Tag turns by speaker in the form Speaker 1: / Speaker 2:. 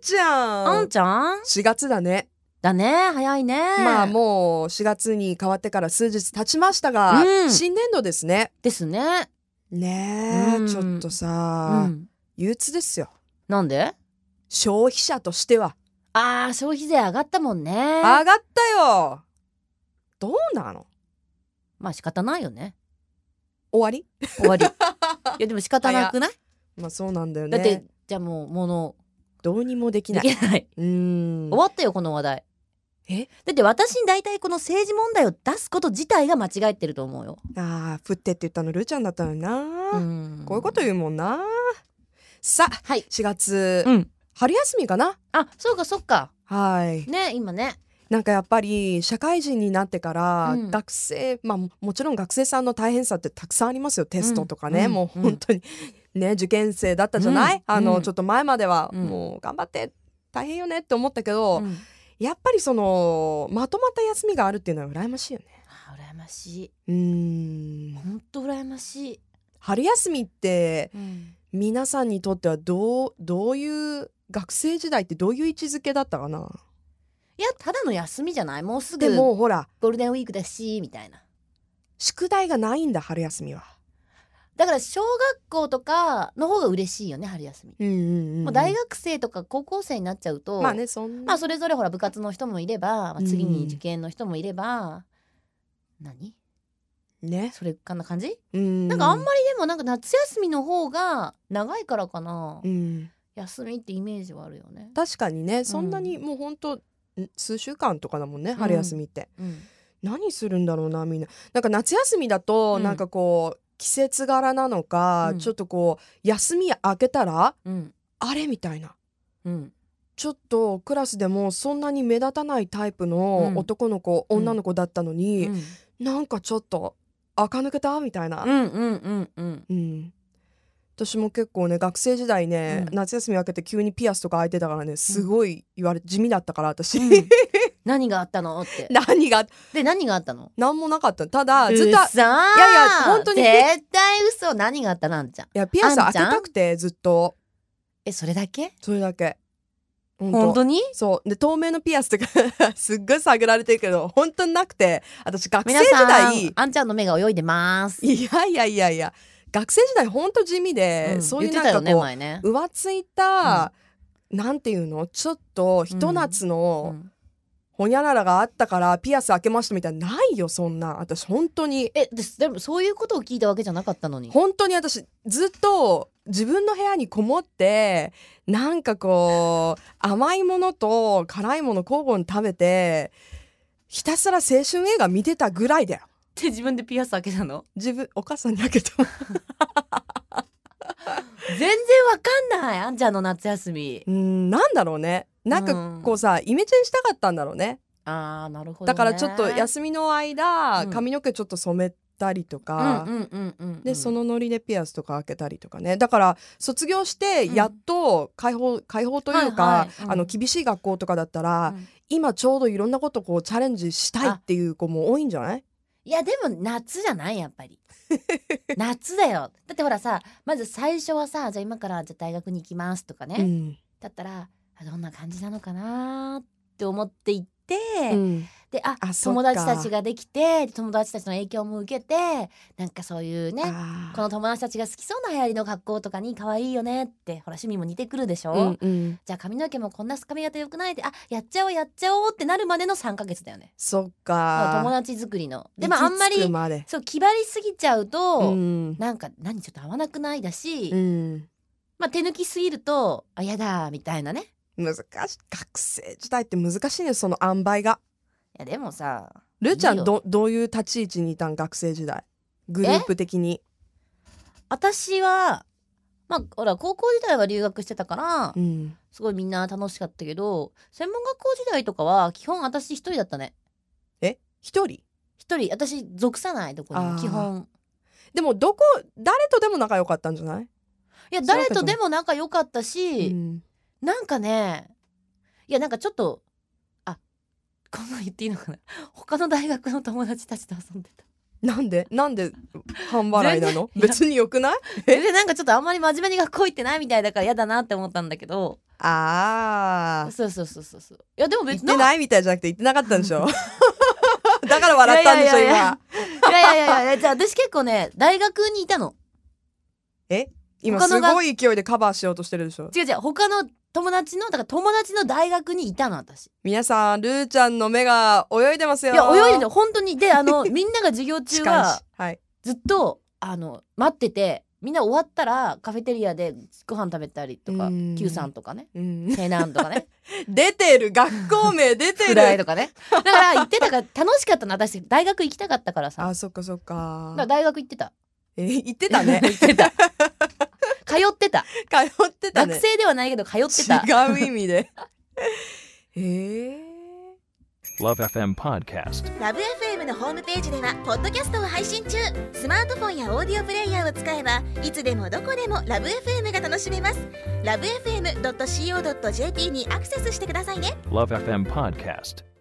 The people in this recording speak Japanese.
Speaker 1: ちゃん
Speaker 2: あんちゃん
Speaker 1: 4月だね
Speaker 2: だね早いね
Speaker 1: まあもう4月に変わってから数日経ちましたが、
Speaker 2: うん
Speaker 1: 新年度ですね
Speaker 2: ですね
Speaker 1: ねえ、
Speaker 2: うん
Speaker 1: ちょっと
Speaker 2: う
Speaker 1: さ、
Speaker 2: ん
Speaker 1: 憂鬱ですよ
Speaker 2: なんで
Speaker 1: 消費者としては
Speaker 2: あー消費税上がったもんね
Speaker 1: 上がったよどうなの
Speaker 2: まあ仕方ないよね
Speaker 1: 終わり
Speaker 2: 終 わりいやでも仕方なくない
Speaker 1: まあそうなんだよね
Speaker 2: だってじゃあもう物
Speaker 1: どうにもでき
Speaker 2: で
Speaker 1: ない
Speaker 2: きないう
Speaker 1: ーん
Speaker 2: 終わったよこの話題
Speaker 1: え
Speaker 2: だって私に大体この政治問題を出すこと自体が間違えてると思うよ、
Speaker 1: あー降ってって言ったのルーちゃんだったのにな、
Speaker 2: うん
Speaker 1: こういうこと言うもんなさあ
Speaker 2: はい
Speaker 1: 4月、
Speaker 2: うん
Speaker 1: 春休みかな
Speaker 2: あそうかそうか
Speaker 1: はい
Speaker 2: ね今ね
Speaker 1: なんかやっぱり社会人になってから
Speaker 2: うん
Speaker 1: 学生、まあももちろん学生さんの大変さってたくさんありますよテストとかね、
Speaker 2: うん
Speaker 1: もう
Speaker 2: うん
Speaker 1: 本当にね受験生だったじゃない、
Speaker 2: うん
Speaker 1: あの、
Speaker 2: うん
Speaker 1: ちょっと前までは
Speaker 2: うん
Speaker 1: もう頑張って大変よねって思ったけど、
Speaker 2: うん
Speaker 1: やっぱりそのまとまった休みがあるっていうのは羨ましいよね。
Speaker 2: あー羨ましいう
Speaker 1: ーん
Speaker 2: ほんと羨ましい、
Speaker 1: 春休みって皆さんにとってはどうどういう学生時代ってどういう位置づけだったかない
Speaker 2: やただの休みじゃないもうすぐ
Speaker 1: でもほら
Speaker 2: ゴールデンウィークだしみたいな
Speaker 1: 宿題がないんだ春休みは。
Speaker 2: だから小学校とかの方が嬉しいよね春休み、
Speaker 1: うんうんうん
Speaker 2: もう大学生とか高校生になっちゃうと、
Speaker 1: まあねそん
Speaker 2: ま
Speaker 1: な、
Speaker 2: あそれぞれほら部活の人もいれば、まあ
Speaker 1: うん
Speaker 2: 次に受験の人もいれば、何
Speaker 1: ね、
Speaker 2: それかな感じ、
Speaker 1: うん
Speaker 2: なんかあんまりでもなんか夏休みの方が長いからかな、
Speaker 1: うん、
Speaker 2: 休みってイメージはあるよね、
Speaker 1: 確かにねそんなにもうほんとん数週間とかだもんね春休みって、
Speaker 2: うん
Speaker 1: 何するんだろうなみんななんか夏休みだと、
Speaker 2: うん
Speaker 1: なんかこう季節柄なのか、
Speaker 2: うん
Speaker 1: ちょっとこう休み明けたら
Speaker 2: うん
Speaker 1: あれみたいな
Speaker 2: うん
Speaker 1: ちょっとクラスでもそんなに目立たないタイプの
Speaker 2: うん
Speaker 1: 男の子、
Speaker 2: うん
Speaker 1: 女の子だったの
Speaker 2: う
Speaker 1: に、
Speaker 2: ん
Speaker 1: なんかちょっと垢抜けたみたいな、
Speaker 2: うんうん うん
Speaker 1: うん私も結構ね学生時代ね、
Speaker 2: うん
Speaker 1: 夏休み明けて急にピアスとか開いてたからねすごい言われ地味だったから私、
Speaker 2: うん何があったのって
Speaker 1: 何が
Speaker 2: で何があったの
Speaker 1: 何もなかったただずっと
Speaker 2: う
Speaker 1: い
Speaker 2: っさー
Speaker 1: いやいや本当に
Speaker 2: 絶対嘘何があったなんちゃん
Speaker 1: やピアス
Speaker 2: あ
Speaker 1: 開
Speaker 2: ん
Speaker 1: け
Speaker 2: ちゃん
Speaker 1: たくてずっと
Speaker 2: えそれだけ
Speaker 1: それだけ本
Speaker 2: 本当に
Speaker 1: そうで透明のピアスとか すっごい探られてるけど本当になくて私学生
Speaker 2: 皆
Speaker 1: 時
Speaker 2: さん
Speaker 1: 代
Speaker 2: あんちゃんの目が泳いでます
Speaker 1: いやいやいやいや学生時代ほんと地味で、
Speaker 2: ん
Speaker 1: そういう
Speaker 2: 言
Speaker 1: な
Speaker 2: っ
Speaker 1: ん
Speaker 2: てた
Speaker 1: か
Speaker 2: よ
Speaker 1: こ
Speaker 2: ね
Speaker 1: う、
Speaker 2: 前ね
Speaker 1: 浮ついた、なんていうのちょっとひと夏
Speaker 2: う
Speaker 1: の
Speaker 2: ん
Speaker 1: ほにゃららがあったからピアス開けましたみたいなないよそんな私本当に
Speaker 2: えですでもそういうことを聞いたわけじゃなかったのに
Speaker 1: 本当に私ずっと自分の部屋にこもってなんかこう甘いものと辛いもの交互に食べてひたすら青春映画見てたぐらいだよ
Speaker 2: て自分でピアス開けたの
Speaker 1: 自分お母さんに開けてもらっ
Speaker 2: 全然わかんないあんちゃんの夏休み
Speaker 1: たうんなんだろうねなんか
Speaker 2: うん
Speaker 1: こうさイメチェンしたかったんだろうね
Speaker 2: あーなるほど、
Speaker 1: だ
Speaker 2: ね、
Speaker 1: からちょっと休みの間、
Speaker 2: うん
Speaker 1: 髪の毛ちょっと染めたりとか、
Speaker 2: うんうんうんうんうん
Speaker 1: でそのノリでピアスとか開けたりとかねだから卒業して
Speaker 2: うん
Speaker 1: やっと解放、解放というか、
Speaker 2: はいはいうん
Speaker 1: あの厳しい学校とかだったら、
Speaker 2: うん
Speaker 1: 今ちょうどいろんなことこうチャレンジしたいっていう子も多いんじゃない
Speaker 2: いやでも夏じゃないやっ ぱり夏だよだってほらさまず最初はさじゃあ今からじゃあ大学に行きますとかね、
Speaker 1: うん
Speaker 2: だったらあどんな感じなのかなーって思って行って、
Speaker 1: うん
Speaker 2: であ
Speaker 1: あそっ
Speaker 2: 友
Speaker 1: か
Speaker 2: 達たちができて友達たちの影響も受けてなんかそういうね
Speaker 1: あー
Speaker 2: この友達たちが好きそうな流行りの格好とかに可愛いよねってほら趣味も似てくるでしょ、
Speaker 1: うんうん
Speaker 2: じゃあ髪の毛もこんな髪型良くないであやっちゃおうやっちゃおうってなるまでの3ヶ月だよね
Speaker 1: そっ
Speaker 2: もう
Speaker 1: か
Speaker 2: 友達作りのでもあんまり
Speaker 1: 行き着くまで
Speaker 2: そう気張りすぎちゃうと、
Speaker 1: うん
Speaker 2: なんか何ちょっと合わなくないだし、
Speaker 1: うん
Speaker 2: まあ手抜きすぎるとあやだみたいなねい
Speaker 1: 難しい学生時代って難しいねその塩梅が
Speaker 2: やでもさ
Speaker 1: ルーちゃ
Speaker 2: いい
Speaker 1: ん
Speaker 2: よ
Speaker 1: どどういう立ち位置にいたん学生時代グループ的に
Speaker 2: 私はまあほら高校時代は留学してたから
Speaker 1: うん
Speaker 2: すごいみんな楽しかったけど専門学校時代とかは基本私一人だったね
Speaker 1: え一人
Speaker 2: 一人私属さないとこに
Speaker 1: あ
Speaker 2: も
Speaker 1: ー
Speaker 2: 基本
Speaker 1: でもどこ誰とでも仲良かったんじゃない、
Speaker 2: いや
Speaker 1: そういうこ
Speaker 2: 誰
Speaker 1: と
Speaker 2: とでも仲良かった
Speaker 1: う
Speaker 2: し、
Speaker 1: ん、
Speaker 2: なんかねいやなんかちょっとあこんなん言っていいのかな 他の大学の友達たちと遊んでた
Speaker 1: なんでなんで半笑いなの
Speaker 2: 全然
Speaker 1: 別によくない
Speaker 2: でなんかちょっとあんまり真面目に学校行ってないみたいだから嫌だなって思ったんだけど
Speaker 1: あだ
Speaker 2: そうそうそうそうそういやでも
Speaker 1: 言っ
Speaker 2: 別に
Speaker 1: てないみたいじゃなくて言ってなかったんで しょだから笑ったんでしょ
Speaker 2: いやいやいや
Speaker 1: 今
Speaker 2: いやいやいやいやじゃあ私結構ね大学にいたの
Speaker 1: 今
Speaker 2: 他
Speaker 1: す
Speaker 2: のが
Speaker 1: ごい勢いでカバーしようとしてるでしょ
Speaker 2: 違う違う他の友達のだから友達の大学にいたの私
Speaker 1: 皆さんルーちゃんの目が泳いでますよ
Speaker 2: いや泳いでて
Speaker 1: る
Speaker 2: 本当にで あのみんなが授業中は
Speaker 1: はい
Speaker 2: ずっとあの待っててみんな終わったらカフェテリアでご飯食べたりと
Speaker 1: う
Speaker 2: か
Speaker 1: ん
Speaker 2: Q さんとかね
Speaker 1: うん、
Speaker 2: 平南 とかね
Speaker 1: 出てる学校名出て
Speaker 2: フライ
Speaker 1: る
Speaker 2: とかねだから行ってたから楽しかったの私大学行きたかったからさ
Speaker 1: あそっかそっ
Speaker 2: だ
Speaker 1: か
Speaker 2: から大学行ってた
Speaker 1: え言って たね
Speaker 2: 行って た通ってた
Speaker 1: 通ってた
Speaker 2: 学
Speaker 1: ね
Speaker 2: 生ではないけど通ってた
Speaker 1: 違う意味でへえ
Speaker 3: Love FM Podcast.
Speaker 4: ラブ f m のホームページではポッドキャストを配信中スマートフォンやオーディオプレイヤーを使えばいつでもどこでもラブ f m が楽しめますラブ FM.co.jp にアクセスしてくださいね
Speaker 3: Love FM Podcast.